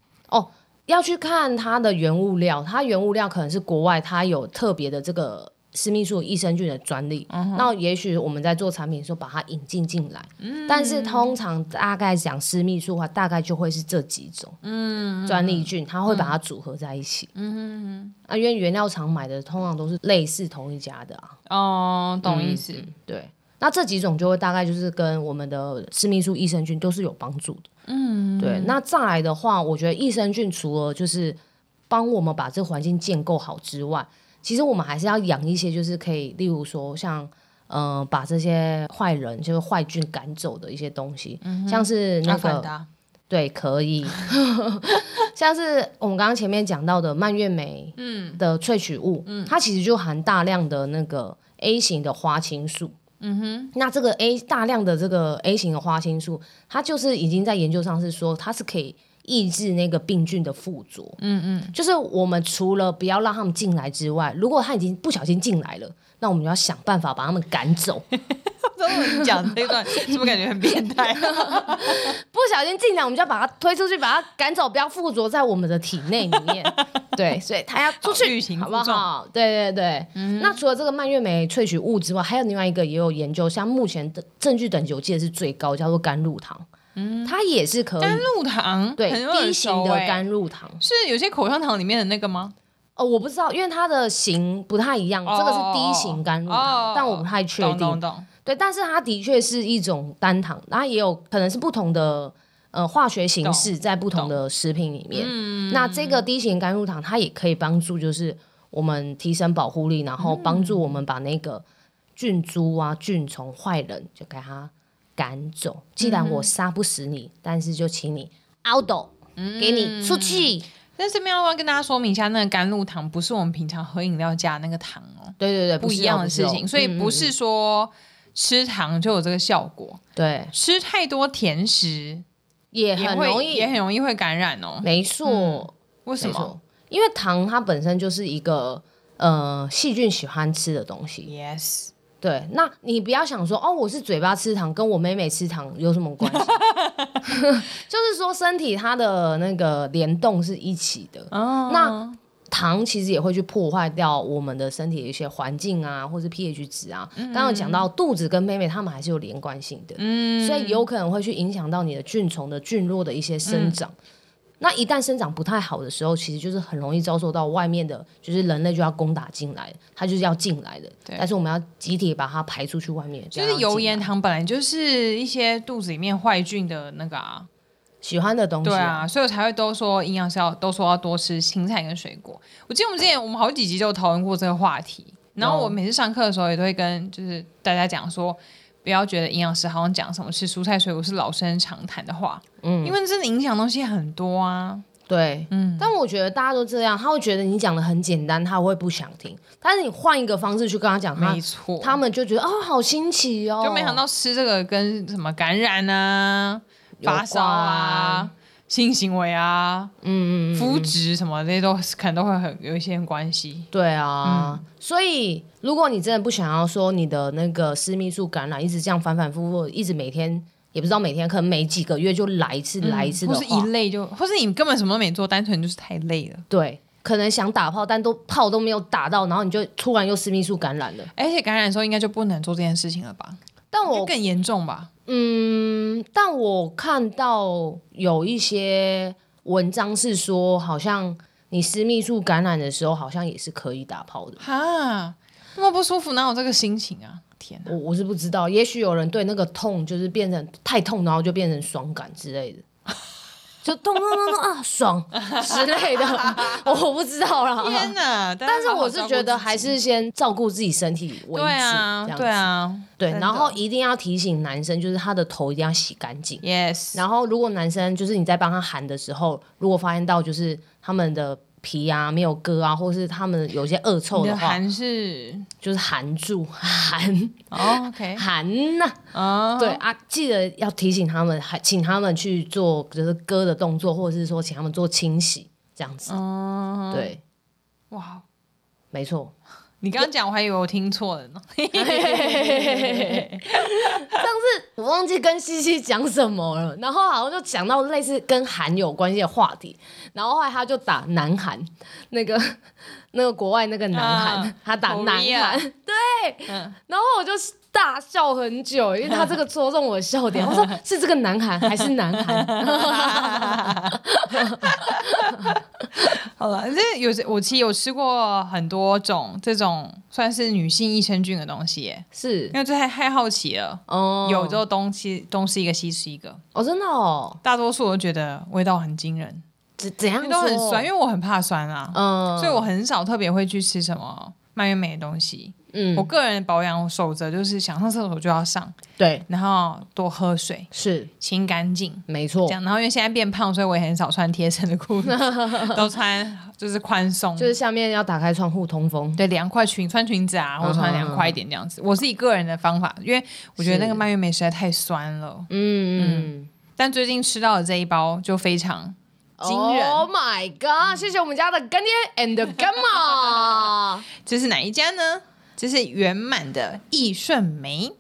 Speaker 1: 要去看它的原物料，它原物料可能是国外它有特别的这个私密处益生菌的专利，那也许我们在做产品的时候把它引进进来，但是通常大概讲私密处的话，大概就会是这几种，专利菌它会把它组合在一起，嗯啊，因为原料厂买的通常都是类似同一家的啊，
Speaker 2: 哦，懂意
Speaker 1: 嗯
Speaker 2: 思。
Speaker 1: 对。那这几种就会大概就是跟我们的私密处益生菌都是有帮助的。嗯，对。那再来的话，我觉得益生菌除了就是帮我们把这个环境建构好之外，其实我们还是要养一些，就是可以，例如说像。嗯、把这些坏人，就是坏菌赶走的一些东西，像是那
Speaker 2: 阿
Speaker 1: 个
Speaker 2: 凡达，
Speaker 1: 对，可 [LAUGHS] 以，像是我们刚刚前面讲到的蔓越莓，嗯，的萃取物，嗯，它其实就含大量的那个 A 型的花青素，嗯哼，那这个 A 大量的这个 A 型的花青素，它就是已经在研究上是说它是可以。抑制那个病菌的附着。
Speaker 2: 嗯嗯，
Speaker 1: 就是我们除了不要让他们进来之外，如果他已经不小心进来了，那我们就要想办法把他们赶走。
Speaker 2: 你讲
Speaker 1: [LAUGHS]
Speaker 2: 这段是不是感觉很变态？
Speaker 1: 不小心进来，我们就要把它推出去，把它赶走，不要附着在我们的体内里
Speaker 2: [LAUGHS]
Speaker 1: 面。对，所以它要出
Speaker 2: 好
Speaker 1: 去，
Speaker 2: 欲擒
Speaker 1: 好
Speaker 2: 故
Speaker 1: 不
Speaker 2: 纵
Speaker 1: 好？对对对。
Speaker 2: 嗯
Speaker 1: 那除了这个蔓越莓萃取物之外，还有另外一个也有研究，像目前的证据等级我记得是最高，叫做甘露糖。它也是可以
Speaker 2: 嗯甘露糖，
Speaker 1: 对
Speaker 2: 很耳
Speaker 1: 低型
Speaker 2: 熟
Speaker 1: 的
Speaker 2: 欸
Speaker 1: 甘露糖。
Speaker 2: 是有些口香糖里面的那个吗？
Speaker 1: 哦，我不知道，因为它的型不太一样，
Speaker 2: 哦
Speaker 1: 这个是低型甘露
Speaker 2: 哦
Speaker 1: 糖，但我不太确
Speaker 2: 懂
Speaker 1: 定
Speaker 2: 懂。懂，
Speaker 1: 对，但是它的确是一种单糖，然后也有可能是不同的呃化学形式在不同的食品里面。
Speaker 2: 嗯
Speaker 1: 那这个低型甘露糖它也可以帮助，就是我们提升保护力，然后帮助
Speaker 2: 嗯
Speaker 1: 我们把那个菌株啊、菌虫、坏人就给它赶走。既然
Speaker 2: 嗯
Speaker 1: 我杀不死你，但是就请你 out，给
Speaker 2: 嗯
Speaker 1: 你出去。
Speaker 2: 但这边要不要跟大家说明一下，那个甘露糖不是我们平常喝饮料加的那个糖哦，
Speaker 1: 对对对，
Speaker 2: 不一
Speaker 1: 是哦
Speaker 2: 样的
Speaker 1: 不是
Speaker 2: 事
Speaker 1: 哦
Speaker 2: 情，所以
Speaker 1: 嗯
Speaker 2: 不是说吃糖就有这个效果，
Speaker 1: 对，
Speaker 2: 吃太多甜食
Speaker 1: 也
Speaker 2: 也
Speaker 1: 很
Speaker 2: 会
Speaker 1: 容易，
Speaker 2: 也很容易会感染哦。
Speaker 1: 没错。
Speaker 2: 为什
Speaker 1: 没
Speaker 2: 么
Speaker 1: 错，因为糖它本身就是一个呃细菌喜欢吃的东西。
Speaker 2: ？Yes，
Speaker 1: 对，那你不要想说哦，我是嘴巴吃糖，跟我妹妹吃糖有什么关系？ [LAUGHS] 就是说身体它的那个联动是一起的。
Speaker 2: 哦，
Speaker 1: 那糖其实也会去破坏掉我们的身体的一些环境啊，或是 pH 值啊。刚刚有讲到肚子跟妹妹，它们还是有连贯性的，
Speaker 2: 嗯
Speaker 1: 所以有可能会去影响到你的菌虫的菌落的一些生长。
Speaker 2: 嗯
Speaker 1: 那一旦生长不太好的时候，其实就是很容易遭受到外面的，就是人类就要攻打进来，它就是要进来的。
Speaker 2: 对
Speaker 1: 但是我们要集体把它排出去外面，
Speaker 2: 就
Speaker 1: 不要让它
Speaker 2: 是
Speaker 1: 进来
Speaker 2: 油盐糖本来就是一些肚子里面坏菌的那个啊，
Speaker 1: 喜欢的东西、
Speaker 2: 对啊，所以我才会都说营养师要都说要多吃青菜跟水果。我记得我们之前我们好几集就有讨论过这个话题，然后
Speaker 1: 有
Speaker 2: 我每次上课的时候也都会跟就是大家讲说，不要觉得营养师好像讲什么吃蔬菜水果是老生常谈的话，嗯，因为真的影响东西很多啊。
Speaker 1: 对，嗯，但我觉得大家都这样，他会觉得你讲的很简单，他会不想听。但是你换一个方式去跟他讲，他
Speaker 2: 没错，
Speaker 1: 他们就觉得哦，好新奇哦，
Speaker 2: 就没想到吃这个跟什么感染啊、
Speaker 1: 有
Speaker 2: 发烧啊、性行为啊、嗯肤质什么这些都可能都会很有一些关系。
Speaker 1: 对啊，所以如果你真的不想要说你的那个私密处感染一直这样反反复复，一直每天也不知道每天，可能每几个月就来一次，来一次
Speaker 2: 嗯或
Speaker 1: 的
Speaker 2: 是
Speaker 1: 话
Speaker 2: 一，累就，或是你根本什么都没做，单纯就是太累了。
Speaker 1: 对，可能想打炮，但都炮都没有打到，然后你就突然又私密处感染了。
Speaker 2: 而且感染的时候应该就不能做这件事情了吧？
Speaker 1: 但
Speaker 2: 就
Speaker 1: 我
Speaker 2: 更严重吧？
Speaker 1: 嗯，但我看到有一些文章是说，好像你私密处感染的时候，好像也是可以打炮的。
Speaker 2: 哈，那么不舒服，哪有这个心情啊？天哪！
Speaker 1: 我我是不知道，也许有人对那个痛就是变成太痛，然后就变成爽感之类的， [LAUGHS] 就痛痛痛痛啊爽之类
Speaker 2: [LAUGHS]
Speaker 1: 的，我不知道啦
Speaker 2: 天。哪！但
Speaker 1: 但是我是觉得还是先照顾自己身体为主，
Speaker 2: 对啊
Speaker 1: 这，样子
Speaker 2: 对啊，
Speaker 1: 对
Speaker 2: 真的
Speaker 1: 然后一定要提醒男生，就是他的头一定要洗干净。
Speaker 2: ，yes，
Speaker 1: 然后如果男生就是你在帮他含的时候，如果发现到就是他们的皮啊没有割啊，或是他们有一些恶臭
Speaker 2: 你
Speaker 1: 的
Speaker 2: 的
Speaker 1: 话，
Speaker 2: 寒是
Speaker 1: 就是含住 [LAUGHS] 含
Speaker 2: 哦 OK
Speaker 1: 含呐、
Speaker 2: 啊，
Speaker 1: 对啊，记得要提醒他们，还请他们去做就是割的动作，或者是说请他们做清洗这样子。
Speaker 2: 嗯，
Speaker 1: 对，
Speaker 2: 哇，
Speaker 1: 没错，
Speaker 2: 你刚刚讲我还以为我听错了呢。
Speaker 1: 我忘记跟西西讲什么了，然后好像就讲到类似跟韩有关系的话题，然后后来他就打南韩，那个 [LAUGHS] 那个国外那个南韩，
Speaker 2: 啊
Speaker 1: 他打南韩，
Speaker 2: Korea
Speaker 1: 对，
Speaker 2: 嗯
Speaker 1: 然后我就大笑很久，因为他这个戳中我的笑点，我说是这个南韩还是南
Speaker 2: [LAUGHS]
Speaker 1: 韩？
Speaker 2: [LAUGHS] 好了，这有我其实有吃过很多种这种算是女性益生菌的东西耶，
Speaker 1: 是
Speaker 2: 因为这太太好奇了。
Speaker 1: 哦，
Speaker 2: 有之后东西东吃一个西吃一个，
Speaker 1: 哦，真的哦，
Speaker 2: 大多数我都觉得味道很惊人，
Speaker 1: 怎怎
Speaker 2: 因
Speaker 1: 样
Speaker 2: 为都很
Speaker 1: 说
Speaker 2: 酸，因为我很怕酸啊，
Speaker 1: 嗯，
Speaker 2: 所以我很少特别会去吃什么蔓越莓的东西。我
Speaker 1: 嗯，
Speaker 2: 个人保养守则就是想上厕所就要上，
Speaker 1: 对，
Speaker 2: 然后多喝水，
Speaker 1: 是
Speaker 2: 清干净。
Speaker 1: 没错
Speaker 2: 这，样，然后因为现在变胖，所以我也很少穿贴身的裤
Speaker 1: [LAUGHS]
Speaker 2: 子，都穿就是宽松，
Speaker 1: 就是下面要打开窗户通风。
Speaker 2: 对，凉快裙穿裙子啊，
Speaker 1: 嗯
Speaker 2: 或者穿凉快一点这样子。我自己个人的方法，因为我觉得那个
Speaker 1: 是
Speaker 2: 蔓越莓实在太酸了。
Speaker 1: 嗯嗯，
Speaker 2: 但最近吃到的这一包就非常惊人。
Speaker 1: Oh my god！谢谢我们家的干爹 and 干妈。
Speaker 2: 这是哪一家呢？这是圆满的益顺酶，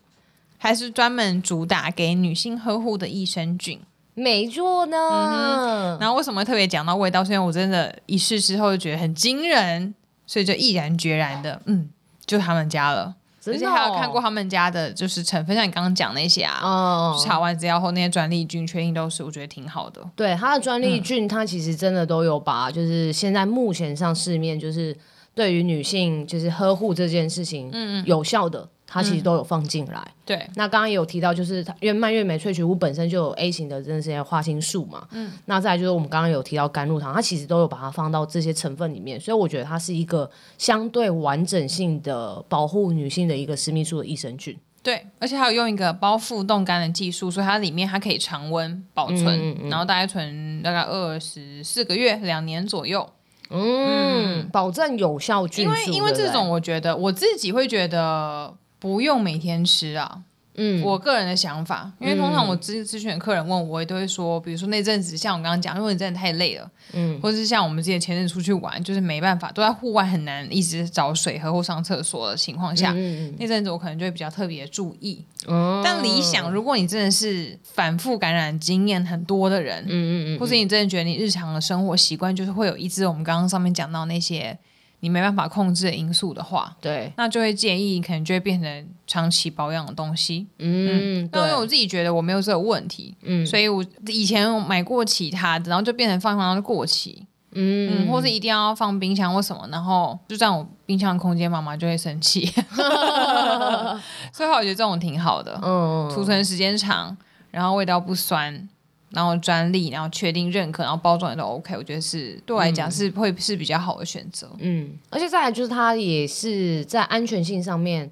Speaker 2: 还是专门主打给女性呵护的益生菌。
Speaker 1: [LAUGHS] 没错呢，
Speaker 2: 然后为什么特别讲到味道？是因为我真的，一试之后就觉得很惊人，所以就毅然决然的，嗯，就他们家了。
Speaker 1: 真的
Speaker 2: 而且
Speaker 1: 哦
Speaker 2: 还有看过他们家的，就是成分，像你刚刚讲那些啊，
Speaker 1: 哦，
Speaker 2: 查完资料后那些专利菌确定都是，我觉得挺好的。
Speaker 1: 对，它的专利菌，它其实真的都有把，就是现在目前上市面，就是对于女性就是呵护这件事情，嗯有效的，它其实都有放进来。
Speaker 2: 对，
Speaker 1: 那刚刚也有提到，就是它因为蔓越莓萃取物本身就有 A 型的这些花青素嘛，嗯，那再来就是我们刚刚有提到甘露糖，它其实都有把它放到这些成分里面，所以我觉得它是一个相对完整性的保护女性的一个私密处的益生菌。
Speaker 2: 对，而且还有用一个包覆冻干的技术，所以它里面它可以常温保存，
Speaker 1: 嗯
Speaker 2: 然后大概存大概二十四个月、两年左右。
Speaker 1: 嗯，保证有效菌
Speaker 2: 因
Speaker 1: 素
Speaker 2: 为因为
Speaker 1: 对不对
Speaker 2: 这种，我觉得我自己会觉得不用每天吃啊。
Speaker 1: 嗯
Speaker 2: 我个人的想法，因为通常我咨咨询的客人问我，也都会说，比如说那阵子，像我刚刚讲，如果你真的太累了，嗯，或者是像我们之前前阵子出去玩，就是没办法，都在户外很难一直找水喝或上厕所的情况下，那阵子我可能就会比较特别注意。
Speaker 1: 嗯哦
Speaker 2: 但理想，如果你真的是反复感染经验很多的人，
Speaker 1: 嗯嗯嗯，
Speaker 2: 或者你真的觉得你日常的生活习惯就是会有一直我们刚刚上面讲到那些你没办法控制的因素的话，
Speaker 1: 对，
Speaker 2: 那就会建议可能就会变成长期保养的东西。
Speaker 1: 嗯
Speaker 2: 那因为我
Speaker 1: 对，
Speaker 2: 自己觉得我没有这个问题，
Speaker 1: 嗯
Speaker 2: 所以我以前我买过其他的，然后就变成放一放就过期，
Speaker 1: 嗯，
Speaker 2: 嗯，或是一定要放冰箱或什么，然后就占我冰箱的空间，妈妈就会生
Speaker 1: [LAUGHS]
Speaker 2: 气。所以我觉得这种挺好的，
Speaker 1: 嗯
Speaker 2: 储存时间长，然后味道不酸，然后专利，然后确定认可，然后包装也都 OK，我觉得是对我来讲是会是比较好的选择。
Speaker 1: 嗯，而且再来就是它也是在安全性上面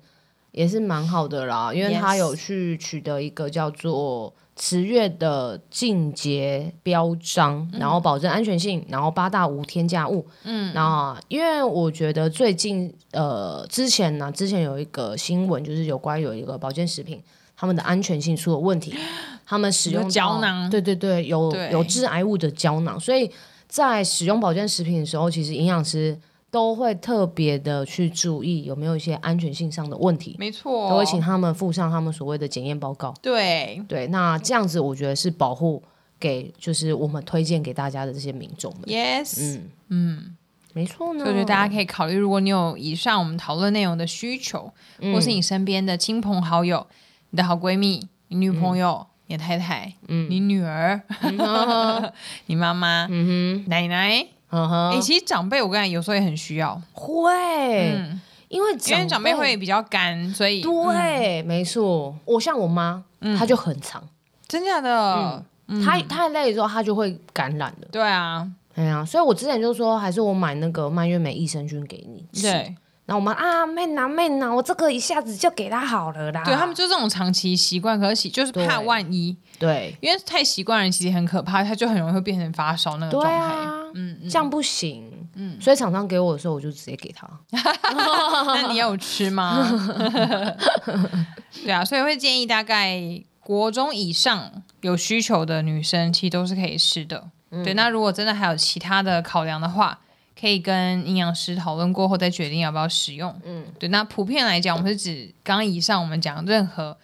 Speaker 1: 也是蛮好的啦，因为
Speaker 2: Yes
Speaker 1: 它有去取得一个叫做十月的进阶标章，
Speaker 2: 嗯
Speaker 1: 然后保证安全性，然后八大无添加物。嗯，那因为我觉得最近呃之前呢、之前有一个新闻就是有关于有一个保健食品。他们的安全性出了问题，他们使用到
Speaker 2: 有胶囊
Speaker 1: 对对对，有
Speaker 2: 对
Speaker 1: 有致癌物的胶囊，所以在使用保健食品的时候，其实营养师都会特别的去注意有没有一些安全性上的问题，
Speaker 2: 没错，
Speaker 1: 都会请他们附上他们所谓的检验报告。
Speaker 2: 对，
Speaker 1: 对，那这样子我觉得是保护给就是我们推荐给大家的这些民众们。
Speaker 2: Yes，、
Speaker 1: 嗯没错呢。
Speaker 2: 所以我觉得大家可以考虑，如果你有以上我们讨论内容的需求，或
Speaker 1: 嗯
Speaker 2: 是你身边的亲朋好友、你的好闺蜜、你
Speaker 1: 嗯
Speaker 2: 女朋友、你的太太、你女儿、 [LAUGHS] 你妈妈、奶奶，
Speaker 1: 嗯哼，
Speaker 2: 哎、其实长辈我跟你讲有时候也很需要，
Speaker 1: 会，因为
Speaker 2: 嗯因为长辈会比较干，所以嗯
Speaker 1: 对，没错。我像我妈，她就很长，
Speaker 2: 真假的，
Speaker 1: 嗯她太累的时候，她就会感染的。
Speaker 2: 对啊，
Speaker 1: 哎呀，所以我之前就说，还是我买那个蔓越莓益生菌给你吃。
Speaker 2: 对，
Speaker 1: 然后我妈啊，妹呐妹呐，我这个一下子就给他好了啦。
Speaker 2: 对他们就这种长期习惯，可是就是怕
Speaker 1: 对
Speaker 2: 万一，
Speaker 1: 对
Speaker 2: 因为太习惯人其实很可怕，他就很容易会变成发烧那个
Speaker 1: 对
Speaker 2: 状态。
Speaker 1: 啊，嗯，这样不行，嗯，所以厂商给我的时候，我就直接给他。
Speaker 2: 那你有吃吗？对啊，所以会建议大概国中以上有需求的女生，其实都是可以吃的。对，那如果真的还有其他的考量的话，可以跟营养师讨论过后再决定要不要使用。嗯，对。那普遍来讲，我们是指刚刚以上我们讲任何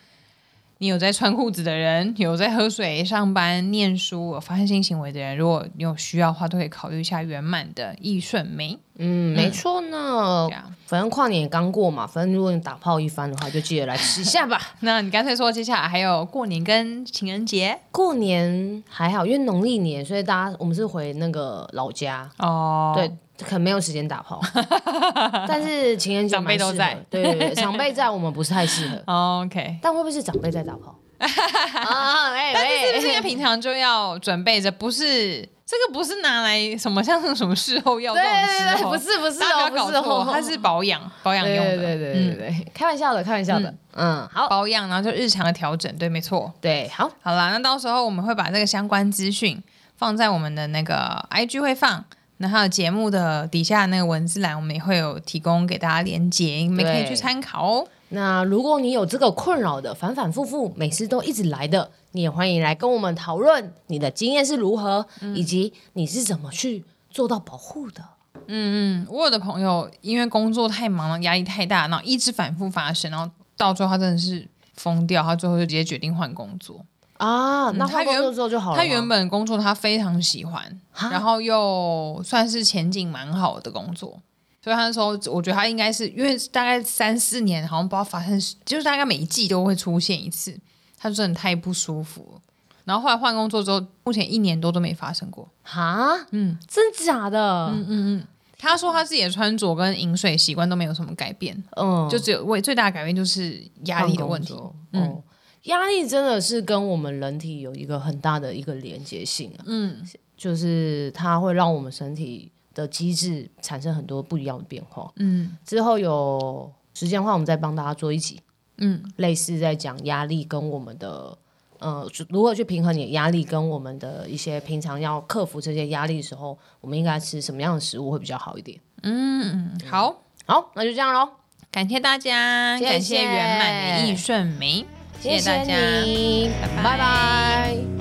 Speaker 2: 你有在穿裤子的人，有在喝水、上班、念书、有发生性行为的人，如果你有需要的话，都可以考虑一下圆满的益顺酶。
Speaker 1: 嗯，没错呢
Speaker 2: 对。啊，
Speaker 1: 反正跨年也刚过嘛，反正如果你打炮一番的话，就记得来吃一下吧。
Speaker 2: 那你干脆说，接下来还有过年跟情人节
Speaker 1: [LAUGHS] 过年还好，因为农历年，所以大家我们是回那个老家，
Speaker 2: 哦，
Speaker 1: 对，可能没有时间打炮。
Speaker 2: [LAUGHS]
Speaker 1: 但是情人节
Speaker 2: 长
Speaker 1: 蛮
Speaker 2: 辈
Speaker 1: 适合
Speaker 2: 都在
Speaker 1: 对对 [LAUGHS] 对，长辈在我们不是太适合，
Speaker 2: 哦，OK。
Speaker 1: 但会不会是长辈在打 [LAUGHS]
Speaker 2: [LAUGHS]
Speaker 1: 炮？啊，哎
Speaker 2: 但是是不是
Speaker 1: 喂
Speaker 2: 应该平常就要准备着？不是这个不是拿来什么像那种什么事后药这
Speaker 1: 对
Speaker 2: 种
Speaker 1: 对
Speaker 2: 时
Speaker 1: 对，
Speaker 2: 候，
Speaker 1: 不是不是
Speaker 2: 大家
Speaker 1: 哦，
Speaker 2: 不要
Speaker 1: 不
Speaker 2: 搞
Speaker 1: 是哦
Speaker 2: 错，，它是保养保养
Speaker 1: 对
Speaker 2: 用
Speaker 1: 对
Speaker 2: 的，嗯
Speaker 1: 对对对对，开玩笑的，开玩笑的，嗯，好，
Speaker 2: 保养，然后就日常的调整，对，没错。
Speaker 1: 对，好，
Speaker 2: 好啦，那到时候我们会把这个相关资讯放在我们的那个 IG 会放。然后节目的底下那个文字栏，我们也会有提供给大家连接，你们可以
Speaker 1: 对
Speaker 2: 去参考哦。
Speaker 1: 那如果你有这个困扰的，反反复复每次都一直来的，你也欢迎来跟我们讨论你的经验是如何，以及你是怎么去做到保护的。
Speaker 2: 嗯，我有的朋友因为工作太忙了，压力太大，然后一直反复发生，然后到最后他真的是疯掉，他最后就直接决定换工作。
Speaker 1: 啊，那
Speaker 2: 他
Speaker 1: 换工
Speaker 2: 原
Speaker 1: 作之后就好了吗。
Speaker 2: 他原本工作他非常喜欢，
Speaker 1: 哈
Speaker 2: 然后又算是前景蛮好的工作，所以他那时候我觉得他应该是因为大概三四年好像不知道发生，就是大概每一季都会出现一次，他就真的太不舒服了。然后后来换工作之后，目前一年多都没发生过。
Speaker 1: 哈，嗯，真假的，嗯
Speaker 2: 他说他自己的穿着跟饮水习惯都没有什么改变，
Speaker 1: 嗯
Speaker 2: 就只有为最大的改变就是压力的问题。。
Speaker 1: 嗯，哦压力真的是跟我们人体有一个很大的一个连接性啊，
Speaker 2: 嗯，
Speaker 1: 就是它会让我们身体的机制产生很多不一样的变化。
Speaker 2: 嗯
Speaker 1: 之后有时间的话，我们再帮大家做一集，
Speaker 2: 嗯，
Speaker 1: 类似在讲压力跟我们的。呃，如何去平衡你的压力，跟我们的一些平常要克服这些压力的时候，我们应该吃什么样的食物会比较好一点？
Speaker 2: 好，
Speaker 1: 好，那就这样喽。
Speaker 2: 感谢大家，
Speaker 1: 谢谢
Speaker 2: 感谢圆满的易顺梅，谢
Speaker 1: 谢
Speaker 2: 谢大家。
Speaker 1: 你，
Speaker 2: 拜拜
Speaker 1: 拜拜